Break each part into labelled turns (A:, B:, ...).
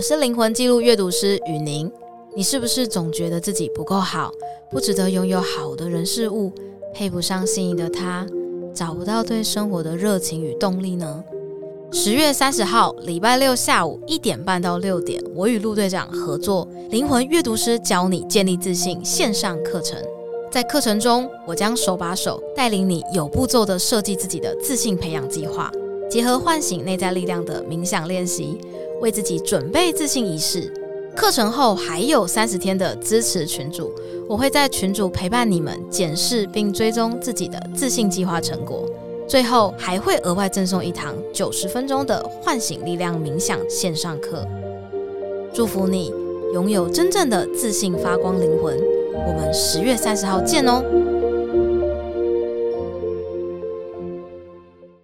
A: 是灵魂记录阅读师雨宁。你是不是总觉得自己不够好，不值得拥有好的人事物，配不上心仪的他，找不到对生活的热情与动力呢？十月三十号，礼拜六下午一点半到六点，我与陆队长合作《灵魂阅读师教你建立自信》线上课程。在课程中，我将手把手带领你有步骤地设计自己的自信培养计划，结合唤醒内在力量的冥想练习，为自己准备自信仪式。课程后还有三十天的支持群组，我会在群组陪伴你们检视并追踪自己的自信计划成果。最后还会额外赠送一堂九十分钟的唤醒力量冥想线上课。祝福你拥有真正的自信发光灵魂。我们十月三十号见哦！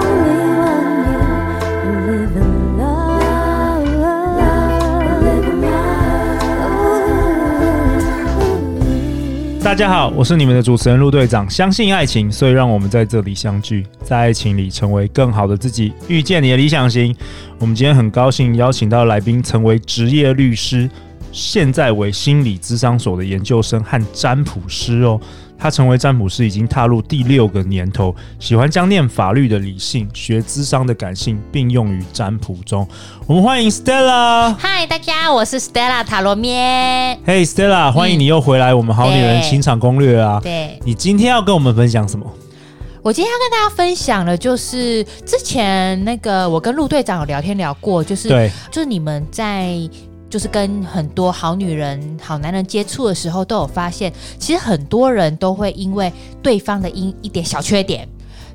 B: only one you live in love, live in love.
C: 大家好，我是你们的主持人陆队长。相信爱情，所以让我们在这里相聚，在爱情里成为更好的自己，遇见你的理想型。我们今天很高兴邀请到来宾，成为职业律师，现在为心理咨商所的研究生和占卜师哦。他成为占卜师已经踏入第六个年头，喜欢将念法律的理性、学咨商的感性并用于占卜中。我们欢迎 Stella。
D: 嗨，大家，我是 Stella 塔罗咩。
C: 嘿、s t e l l a 欢迎你又回来，我们好女人
D: 对
C: 情场攻略啊。
D: 对
C: 你今天要跟我们分享什么？
D: 我今天要跟大家分享的，就是之前那个我跟陆队长有聊天聊过，就是
C: 对
D: 就是你们在就是跟很多好女人、好男人接触的时候，都有发现，其实很多人都会因为对方的一一点小缺点，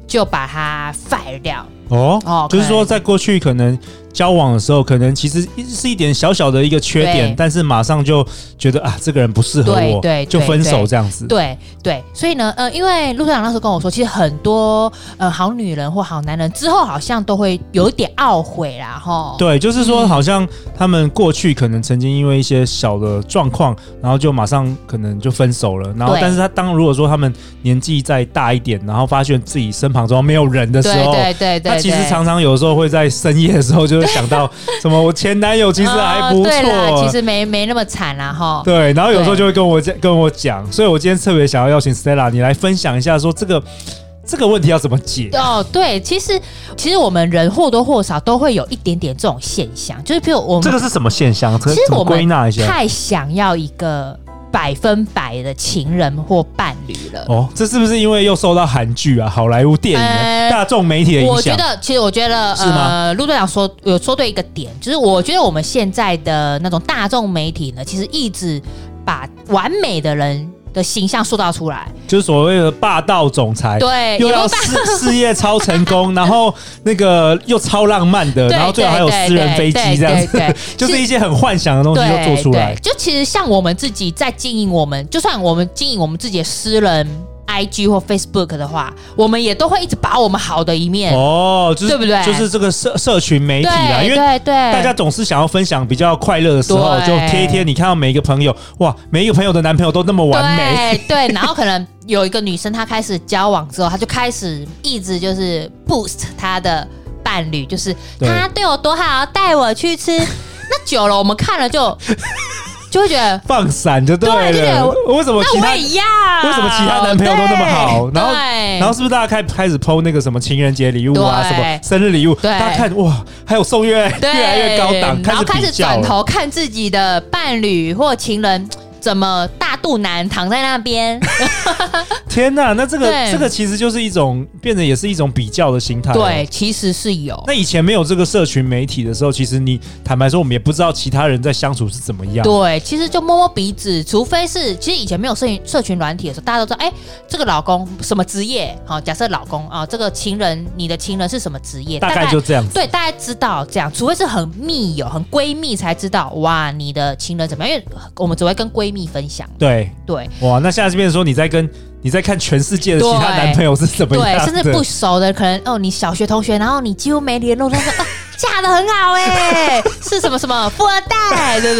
D: 就把他 fire 掉。
C: 哦
D: 哦
C: 就是说
D: 可能
C: 在过去可能交往的时候，可能其实是一点小小的一个缺点
D: 对，
C: 但是马上就觉得啊，这个人不适合
D: 对
C: 我，
D: 对
C: 就
D: 对
C: 分手
D: 对
C: 这样子。
D: 对对，所以呢，呃，因为陆队长那时候跟我说，其实很多呃好女人或好男人之后好像都会有一点懊悔啦，哈。
C: 对，就是
D: 嗯
C: 说，好像他们过去可能曾经因为一些小的状况，然后就马上可能就分手了。然后，
D: 对
C: 但是他当如果说他们年纪再大一点，然后发现自己身旁中没有人的时候，
D: 对对对对，
C: 他其实
D: 对
C: 常常有时候会在深夜的时候，就会想 到什么我前男友其实还不
D: 哦对啦
C: 错，
D: 其实没没那么惨啦哈。
C: 对，然后有时候就会
D: 对
C: 跟我讲跟我讲，所以我今天特别想要邀请 Stella 你来分享一下，说这个这个问题要怎么解？
D: 哦，对，其实其实我们人或多或少都会有一点点这种现象，就是譬如我们
C: 这个是什么现象？这个
D: 其实
C: 怎
D: 我
C: 么
D: 们
C: 归纳一下？
D: 太想要一个百分百的情人或伴侣了。
C: 哦，这是不是因为又受到韩剧啊、好莱坞电影啊、
D: 呃
C: 大众媒体的影
D: 我觉
C: 响？
D: 得，其实我觉得，
C: 是吗
D: 呃，陆队长说有说对一个点，就是我觉得我们现在的那种大众媒体呢，其实一直把完美的人的形象塑造出来，
C: 就是所谓的霸道总裁，
D: 对，
C: 哎又
D: 有
C: 要
D: 没有
C: 事事业超成功， 然后那个又超浪漫的，
D: 对
C: 然后最好还有
D: 对
C: 私人
D: 对
C: 飞
D: 对
C: 机这样子
D: 对对，
C: 就是
D: 其实
C: 一些很幻想的东西
D: 对
C: 又做出来
D: 对。就其实像我们自己在经营我们，就算我们经营我们自己的私人 IG 或 Facebook 的话，我们也都会一直把我们好的一面，
C: 哦，就是
D: 对不对
C: 就是这个社社群媒体啦，因
D: 对
C: 为
D: 对对，
C: 大家总是想要分享比较快乐的时候，
D: 哎对
C: 就贴一贴。你看到每一个朋友，哇，每一个朋友的男朋友都那么完美，
D: 对对，然后可能有一个女生她开始交往之后，她就开始一直就是 boost 她的伴侣，就是
C: 对
D: 他对我多好，带我去吃。那久了，我们看 了就就会觉得。
C: 放闪就对
D: 对就
C: 了。
D: 是
C: 为什么哦其
D: 那
C: 他
D: 我也要，啊
C: 为什么其他男朋友都那么好？
D: 对
C: 然后
D: 对
C: 然后是不是大家开开始剖那个什么情人节礼物啊，
D: 对
C: 什么生日礼物？
D: 对
C: 大家看哇，还有送越
D: 对，
C: 越来越高档，
D: 然后
C: 开
D: 开
C: 始比
D: 始
C: 较
D: 转
C: 了。
D: 头看自己的伴侣或情人怎么大肚腩躺在那 边，
C: 天呐，那这个
D: 对
C: 这个其实就是一种变得也是一种比较的心态。啊
D: 对，。其实是有，
C: 那以前没有这个社群媒体的时候，其实你坦白说，我们也不知道其他人在相处是怎么样。
D: 对，其实就摸摸鼻子，除非是其实以前没有社群社群软体的时候，大家都知道，哎，这个老公什么职业？好、假设老公啊、这个情人，你的情人是什么职业？
C: 大概就这样子。
D: 对，大家知道这样，除非是很密友、很闺蜜才知道哇，你的情人怎么样？因为我们只会跟闺蜜分享，
C: 对，
D: 对
C: 哇，那下次变成说你在跟你在看全世界的其他
D: 对
C: 男朋友是怎么
D: 对，
C: 样的，
D: 甚至不熟的，可能哦，你小学同学，然后你几乎没联络，但是、啊、嫁的很好哎、是什么什么富二代，对不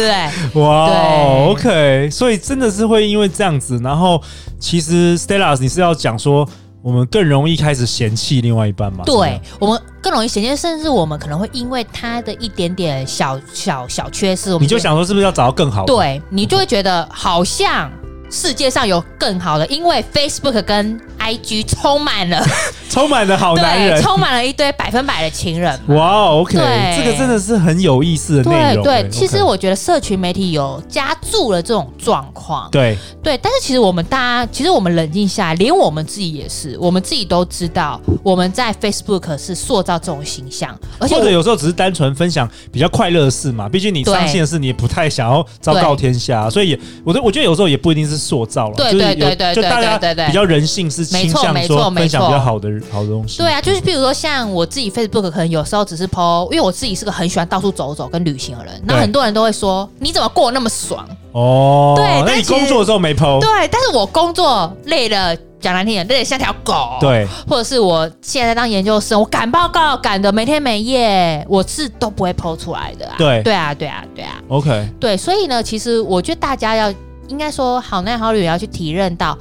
D: 对？
C: 哇，OK，所以真的是会因为这样子，然后其实 Stella，你是要讲说我们更容易开始嫌弃另外一半吗？
D: 对，
C: 啊
D: 我们更容易衔接，甚至我们可能会因为他的一点点小小小缺失，我们
C: 你就
D: 觉得
C: 想说是不是要找到更好的？
D: 对你就会觉得好像世界上有更好的，因为 Facebook 跟 IG 充满了，
C: 充满了好男
D: 对，
C: 人。
D: 充满了一堆百分百的情人。
C: 哇，OK，
D: 对
C: 这个真的是很有意思的 内
D: 对
C: 容。欸
D: 对，
C: OK
D: 其实我觉得社群媒体有加注了这种状况。
C: 对
D: 对，但是其实我们大家，其实我们冷静下来，连我们自己也是，我们自己都知道，我们在 Facebook 是塑造这种形象，而且
C: 或
D: 我
C: 者有时候只是单纯分享比较快乐的事嘛，毕竟你
D: 对
C: 伤心的事你也不太想要昭告天下、啊所以也我觉得我觉得有时候也不一定是塑造了，
D: 对
C: 就是
D: 对
C: 有
D: 对对
C: 就大
D: 对对
C: 家
D: 对对
C: 比较人性是倾向
D: 没错没
C: 说
D: 错没
C: 分享比较
D: 错
C: 好的好的东西，
D: 对啊，就是譬如说像我自己 Facebook 可能有时候只是 PO，因为我自己是个很喜欢到处走走跟旅行的人，那
C: 对
D: 很多人都会说你怎么过得那么爽？
C: 哦，
D: 对
C: 那
D: 但
C: 你
D: 其实
C: 工作的时候没 PO，
D: 对，但是我工作累了，讲难听点，累得像条狗。。
C: 对
D: 或者是我现在当研究生，我赶报告赶的没天没夜，我是都不会剖出来的啊。
C: 对
D: 对啊，对啊，对啊，
C: ，OK，
D: 对。所以呢，其实我觉得大家要应该说好男好女也要去体认到，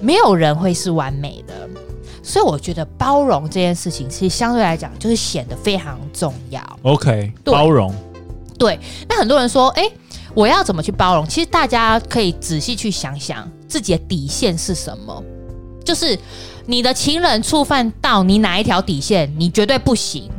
D: 没有人会是完美的。所以我觉得包容这件事情，其实相对来讲就是显得非常重要。
C: OK，
D: 对
C: 包容，
D: 对，那很多人说，哎、我要怎么去包容？其实大家可以仔细去想想自己的底线是什么。就是你的情人触犯到你哪一条底线，你绝对不行。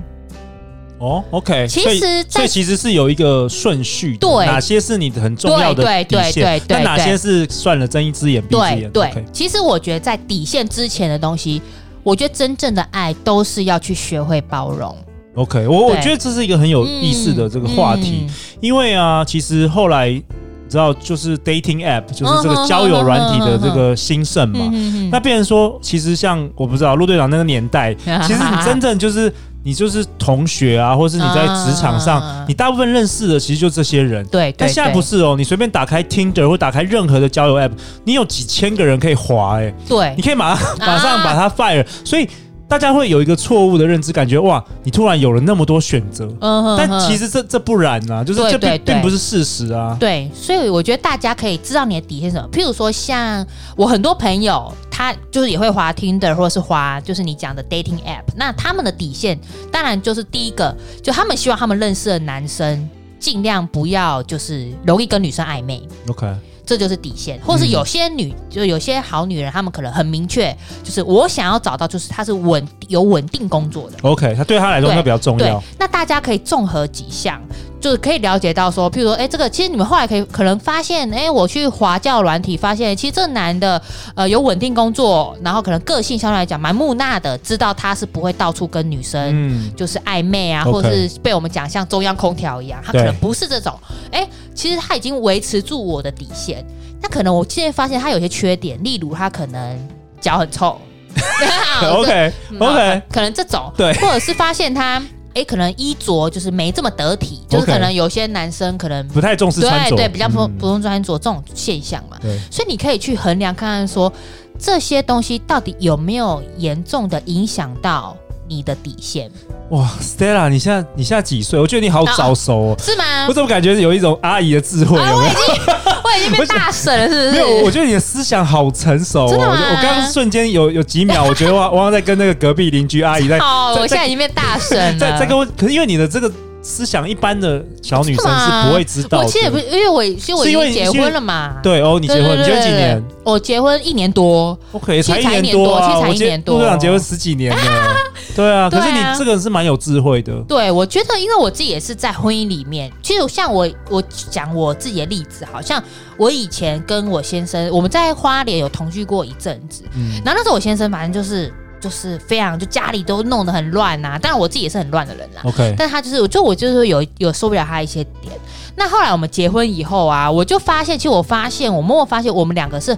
C: 哦，OK，
D: 其
C: 所以
D: 实在
C: 所以其实是有一个顺序的，
D: 对
C: 哪些是你的很重要的
D: 对
C: 底
D: 对
C: 线
D: 对，对
C: 那哪
D: 对
C: 些是算了睁一只眼闭一只
D: 对
C: 眼，
D: 对
C: OK
D: 其实我觉得在底线之前的东西，我觉得真正的爱都是要去学会包容。
C: OK，我我
D: 对嗯
C: 觉得这是一个很有意思的这个话题，因为啊，其实后来你知道，就是 dating app，就是
D: 嗯
C: 这个交友软体的这个兴盛
D: 嗯，嗯
C: 嘛。
D: 嗯嗯
C: 那变成说，其实像我不知道陆队长那个年 代，其实你真正就是你就是同学啊，或是你在职场上
D: 啊，
C: 你大部分认识的其实就这些人。
D: 对对，
C: 但现在
D: 对
C: 不是哦，你随便打开 Tinder 或打开任何的交友 app，你有几千个人可以滑哎、
D: 对
C: 你，可以马 上马上把它 fire，、所以大家会有一个错误的认知，感觉哇，你突然有了那么多选择，
D: 嗯哼
C: 但
D: 哼
C: 其实这这不然啊，就是
D: 对
C: 这并
D: 对对
C: 并不是事实啊。
D: 对，所以我觉得大家可以知道你的底线是什么。譬如说，像我很多朋友，他就是也会滑 Tinder 或者是滑就是你讲的 dating app。那他们的底线，当然就是第一个，就他们希望他们认识的男生尽量不要就是容易跟女生暧昧，
C: OK，
D: 这就是底线。或
C: 嗯
D: 是有些女，就有些好女人，她们可能很明确，就是我想要找到就是她是稳有稳定工作的。
C: OK，他对他来说
D: 对
C: 那比较重
D: 对
C: 要。，
D: 那大家可以综合几项，就是可以了解到说，譬如说，哎、这个其实你们后来可以可能发现，哎、我去华教软体发现，其实这男的呃有稳定工作，然后可能个性相对来讲蛮木讷的，知道他是不会到处跟女生。
C: 嗯，
D: 就是暧昧啊，
C: OK
D: 或是被我们讲像中央空调一样，他可能
C: 对
D: 不是这种。哎、其实他已经维持住我的底线。那可能我现在发现他有些缺点，例如他可能脚很 臭。
C: OK
D: 嗯
C: OK，
D: 可能这种，
C: 对
D: 或者是发现他，哎，可能衣着就是没这么得体，就是
C: OK
D: 可能有些男生可能
C: 不太重视穿
D: 对
C: 着，
D: 对比较不
C: 嗯
D: 不用穿着这种现象嘛，
C: 对
D: 所以你可以去衡量看看说这些东西到底有没有严重的影响到你的底线，
C: 哇，Stella，你现在你现在几岁？我觉得你好早熟哦，
D: 是吗
C: 我？怎么感觉有一种阿姨的智慧？有没有？
D: 啊我已经变大神了，是不
C: 没有，我
D: 是？
C: 觉得你的思想好成熟哦。
D: 真的吗
C: 我我刚刚瞬间有有几秒，我觉得我我好像在跟那个隔壁邻居阿姨在
D: 哦，
C: 在
D: 我现在已经变大神了，
C: 在在跟我，可是因为你的这个思想，一般的小女生是不会知道
D: 我
C: 的。
D: 其实也不，因为我其实我
C: 是
D: 已
C: 因为
D: 经结
C: 是因为
D: 婚了嘛，
C: 对哦，你结婚，你
D: 对
C: 结
D: 对
C: 婚
D: 对
C: 几
D: 对
C: 年？
D: 我结婚一年多，
C: 我可以
D: 其实
C: 一
D: 才一
C: 年
D: 年
C: 多啊，
D: 多其实才
C: 我
D: 一
C: 结
D: 年多
C: 陆队长结婚十几 年了，对啊。可
D: 对啊
C: 是你这个人是蛮有智慧的，
D: 对，我觉得，因为我自己也是在婚姻里面，其实像我，我讲我自己的例子，好像我以前跟我先生，我们在花莲有同居过一阵子，
C: 嗯，
D: 然后那时候我先生反正就是就是非常就家里都弄得很乱呐、当然我自己也是很乱的人啦、
C: OK，
D: 但他就是，我就我就是有有受不了他一些点。那后来我们结婚以后啊，我就发现，其实我发现，我默默发现，我们两个是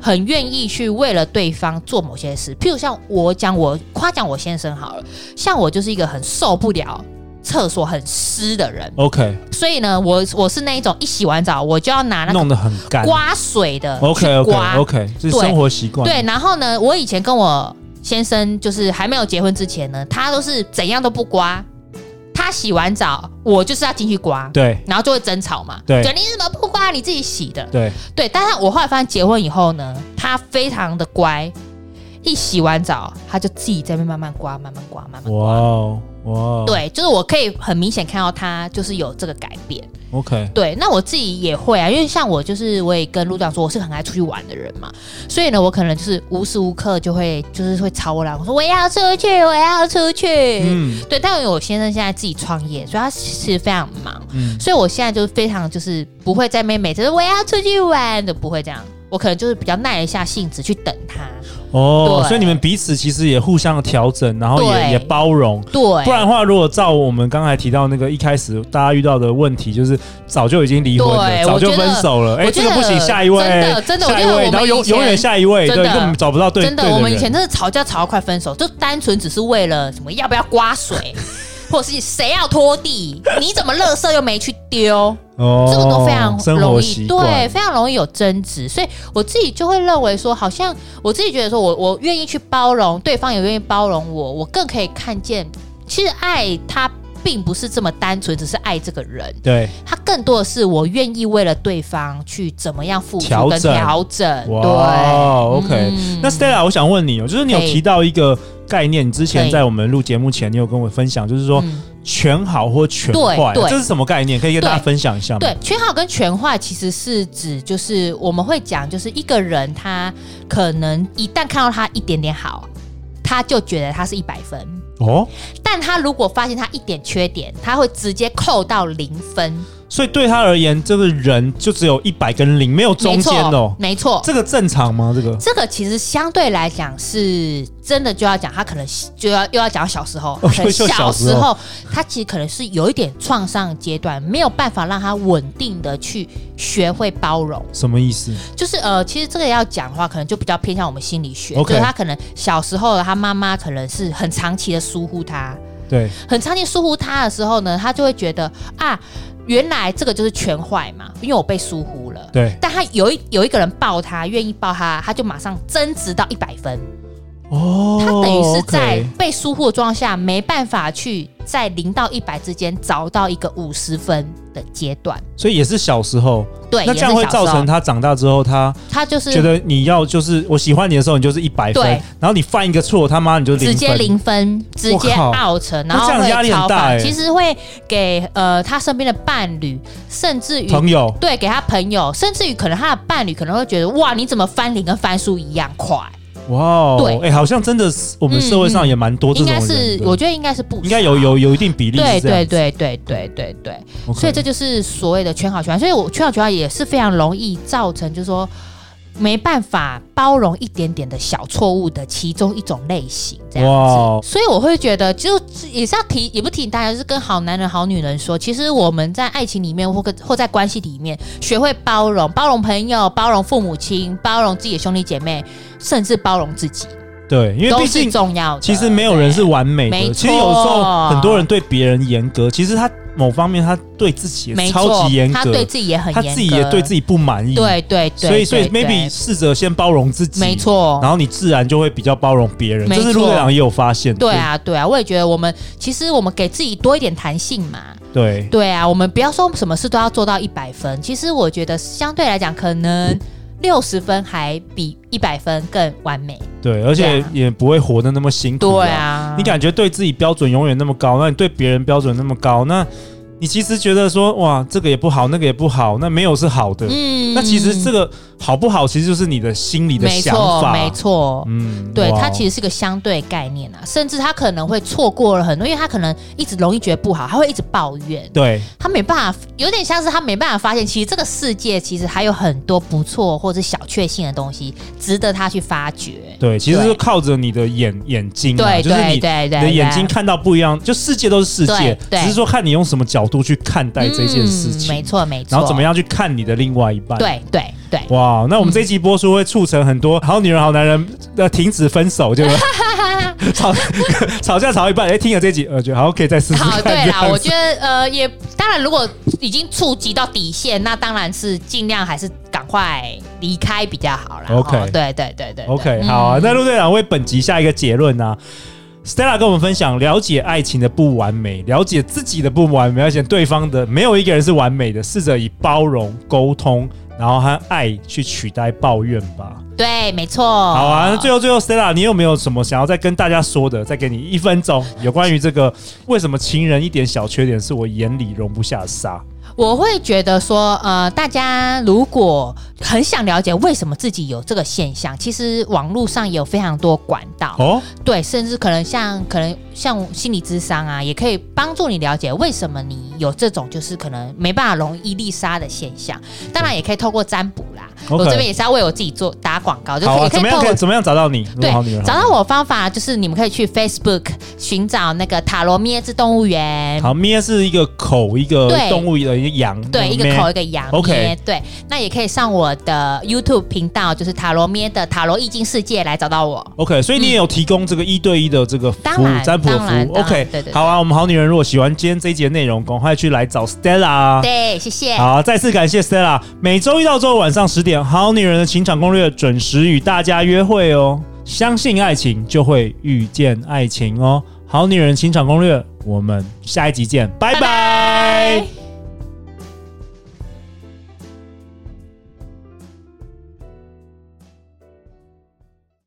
D: 很愿意去为了对方做某些事。譬如像我讲我夸奖我先生好了，像我就是一个很受不了厕所很湿的人，
C: OK，
D: 所以呢，我我是那一种一洗完澡我就要拿那个
C: 弄得很干。
D: 刮水的去
C: OK
D: 刮
C: OK OK，这是
D: 对
C: 生活习惯。
D: 对，然后呢，我以前跟我先生就是还没有结婚之前呢，他都是怎样都不刮，他他洗完澡，我就是要进去刮，
C: 对
D: 然后就会争吵嘛。
C: 对
D: 就你怎么不刮你自己洗的？
C: 对，
D: 对，但是我后来发现结婚以后呢，他非常的乖，一洗完澡他就自己在那边慢慢刮，慢慢刮，慢慢。
C: 哇哦哇哦，
D: 对，就是我可以很明显看到他就是有这个改变。
C: ，OK，
D: 对，那我自己也会啊，因为像我就是我也跟陆长说，我是很爱出去玩的人嘛，所以呢，我可能就是无时无刻就会就是会吵我老公说我要出去，我要出去。
C: 嗯
D: 对，但我先生现在自己创业，所以他其实非常忙，
C: 嗯，
D: 所以我现在就是非常就是不会在那边每次说我要出去玩的，不会这样。我可能就是比较耐一下性子去等他，
C: 哦，
D: 对
C: 所以你们彼此其实也互相调整，然后也
D: 对
C: 也包容。
D: 对，
C: 不然的话，如果照我们刚才提到那个一开始大家遇到的问题，就是早就已经离婚了，
D: 对
C: 早就
D: 我觉得
C: 分手了，哎，
D: 我
C: 这
D: 觉
C: 个
D: 得
C: 不行，下一位，
D: 真的真的
C: 下一
D: 我觉得我
C: 位，
D: 们
C: 然后
D: 以
C: 永
D: 前
C: 永远下一位，
D: 真
C: 对，
D: 的
C: 根本找不到对
D: 真的
C: 对，人
D: 我们以前真的吵架吵到快分手，就单纯只是为了什么要不要 刮水，或者是谁要拖地，你怎么垃圾又没去丢，
C: 哦
D: 这个都非常
C: 生
D: 容
C: 活
D: 易，
C: 习
D: 对，
C: 惯，
D: 非常容易有争执。所以我自己就会认为说，好像我自己觉得说我我愿意去包容对方，也愿意包容我，我更可以看见，其实爱他并不是这么单纯，只是爱这个人。
C: 对，
D: 他更多的是我愿意为了对方去怎么样付
C: 调
D: 出跟
C: 整
D: 调整，
C: 哇
D: 对，
C: ，OK
D: 嗯。
C: 那 Stella，我想问你哦，就是你有
D: 可以
C: 提到一个概念，你之前
D: 对
C: 在我们录节目前，你有跟我分享，就是说
D: 嗯
C: 全好或全
D: 对
C: 坏，
D: 对
C: 这是什么概念？可以跟
D: 对
C: 大家分享一下吗？
D: 对，全好跟全坏其实是指，就是我们会讲，就是一个人他可能一旦看到他一点点好，他就觉得他是一百分；
C: 哦，
D: 但他如果发现他一点缺点，他会直接扣到零分。
C: 所以对他而言，这个人就只有一百跟零，没有中间哦。
D: 没错，没错。
C: 这个正常吗？这个
D: 这个其实相对来讲是真的，就要讲他可能就要又要讲小时候，
C: 哦
D: 可
C: 又
D: 能
C: 又小
D: 小
C: 时候
D: 时候他其实可能是有一点创伤阶段，没有办法让他稳定的去学会包容。
C: 什么意思？
D: 就是呃，其实这个要讲的话，可能就比较偏向我们心理学。
C: OK
D: 就是他可能小时候，他妈妈可能是很长期的疏忽他，
C: 对，
D: 很长期疏忽他的时候呢，他就会觉得啊，原来这个就是全坏嘛，因为我被疏忽了。
C: 对
D: 但他有一有一个人抱他，愿意抱他，他就马上增值到一百分。
C: 哦，
D: 他等于是在
C: OK
D: 被疏忽的状况下，没办法去在零到一百之间找到一个五十分的阶段。
C: 所以也是小时候。
D: 对，
C: 那
D: 也
C: 这
D: 是
C: 样会
D: 小时
C: 造
D: 候
C: 成他长大之后，他
D: 他就是
C: 觉得你要就是我喜欢你的时候，你就是一百分
D: 对，
C: 然后你犯一个错，他妈你就零
D: 直
C: 分
D: 接零分，直接
C: 靠
D: out，然
C: 那
D: 后
C: 这样
D: 会
C: 压力很
D: 超
C: 大欸
D: 反其实会给呃他身边的伴侣，甚至于
C: 朋友。
D: 对给他朋友，甚至于可能他的伴侣可能会觉得哇，你怎么翻脸跟翻书一样快？
C: 哇哦，
D: 对
C: 哎、好像真的是我们社会上也蛮多这
D: 应
C: 种
D: 该
C: 人的
D: 是，我觉得应该是不
C: 应该有
D: 少
C: 有有一定比例
D: 对
C: 是这样
D: 对
C: 子。
D: 对对对对对，
C: OK
D: 所以这就是所谓的圈好圈坏，所以我圈好圈坏也是非常容易造成，就是说没办法包容一点点的小错误的其中一种类型，这样
C: 哇哦
D: 子。所以我会觉得，就也是要提，也不提醒大家，就是跟好男人、好女人说，其实我们在爱情里面或跟或在关系里面，学会包容，包容朋友，包容父母亲，包容自己的兄弟姐妹，甚至包容自己，
C: 对，因为
D: 都
C: 毕
D: 是
C: 竟
D: 重要的。
C: 其实没有人是完美
D: 对
C: 的，
D: 没
C: 其实有时候
D: 错
C: 很多人对别人严格，其实他某方面他对自己也
D: 没
C: 超
D: 错
C: 级严
D: 他
C: 格
D: 对，自己也很
C: 他
D: 严格，
C: 自己也对自己不满意，，
D: 对对对，
C: 所以所以
D: 对
C: maybe
D: 对
C: 试着先包容自己，
D: 没，错，
C: 然后你自然就会比较包容别人，
D: 没
C: 这
D: 错
C: 是陆队长也有发现，
D: 对啊对啊，我也觉得我们其实我们给自己多一点弹性嘛，
C: 对，
D: 对啊，我们不要说什么事都要做到一百分，其实我觉得相对来讲，可能六十分还比一百分更完美。
C: 对对，而且
D: 对啊
C: 也不会活得那么辛苦，
D: 对。啊，
C: 你感觉对自己标准永远那么高，那你对别人标准那么高，那你其实觉得说哇，这个也不好，那个也不好，那没有是好的。
D: 嗯
C: 那其实这个好不好，其实就是你的心里的
D: 没
C: 想
D: 错
C: 法。
D: 没错。
C: 嗯
D: 对，它
C: 实
D: 其实是个相对概念啊，甚至他可能会错过了很多，因为他可能一直容易觉得不好，他会一直抱怨，
C: 对
D: 他没办法，有点像是他没办法发现，其实这个世界其实还有很多不错或者是小确幸的东西，值得他去发掘。
C: 对，其实
D: 对
C: 是靠着你的眼眼睛啊，
D: 对
C: 就是
D: 对
C: 你
D: 对
C: 你的
D: 对，
C: 眼
D: 对
C: 睛看到不一样，就世界都是世界
D: 对，对
C: 只是说看你用什么角度去看待这件事情，
D: 嗯没，错没错。
C: 然后怎么样
D: 样？
C: 去看你的另外一半，。
D: 对对对，
C: 哇，那我们这一集播出会促成很多好女人、好男人呃停止分手，就是 吵 吵架吵一半，哎、听了这一集，呃，觉得好可以再试试看。
D: 好，对
C: 这
D: 啦，
C: 样
D: 我
C: 子
D: 觉得呃，也当然，如果已经触及到底线，那当然是尽量还是赶快离开比较好啦。
C: OK
D: 哦对对对对对
C: 啊 OK，好啊。那陆队长为本集下一个结论呢、 Stella 跟我们分享，了解爱情的不完美，了解自己的不完美，而且对方的没有一个人是完美的，试着以包容、沟通，然后和爱去取代抱怨吧。
D: 对，没错。
C: 好
D: 好
C: 啊，那最后最后，Stella，你有没有什么想要再跟大家说的？再给你一分钟，有关于这个为什么情人一点小缺点是我眼里容不下的沙？
D: 我会觉得说，呃，大家如果很想了解为什么自己有这个现象，其实网络上也有非常多管道，
C: 哦，
D: 对，甚至可能像可能像心理智商啊，也可以帮助你了解为什么你有这种就是可能没办法容易丽莎的现象。当然也可以透过占卜啦
C: OK
D: 我这边也是要为我自己做打广告，就是
C: 好
D: 也
C: 啊，
D: 可
C: 怎
D: 以
C: 么
D: 透
C: 样可
D: 过
C: 以怎么样找到你？如果
D: 对
C: 好女人，，
D: 找到我的方法就是你们可以去 Facebook 寻找那个塔罗咩之动物园，
C: 好，咩是一个口，一个
D: 对
C: 动物的一个羊，
D: 对，一个
C: 咩
D: 口一个羊。
C: OK
D: 咩对，那也可以上我的 YouTube 频道，就是塔罗咩的塔罗易经世界来找到我。
C: OK，所以你也有提供这个一对一的这个服
D: 嗯当
C: 务
D: 然
C: 占卜的
D: 当
C: 服
D: 然
C: 务
D: 当然
C: ，OK，
D: 对对对
C: 好啊，我们好女人如果喜欢今天这一节内容，赶快去来找 Stella 啊。
D: 对，谢谢，
C: 好，再次感谢 Stella，每周一到周五晚上十点，《好女人的情场攻略》准时与大家约会哦。相信爱情，就会遇见爱情哦。《好女人情场攻略》，我们下一集见，拜拜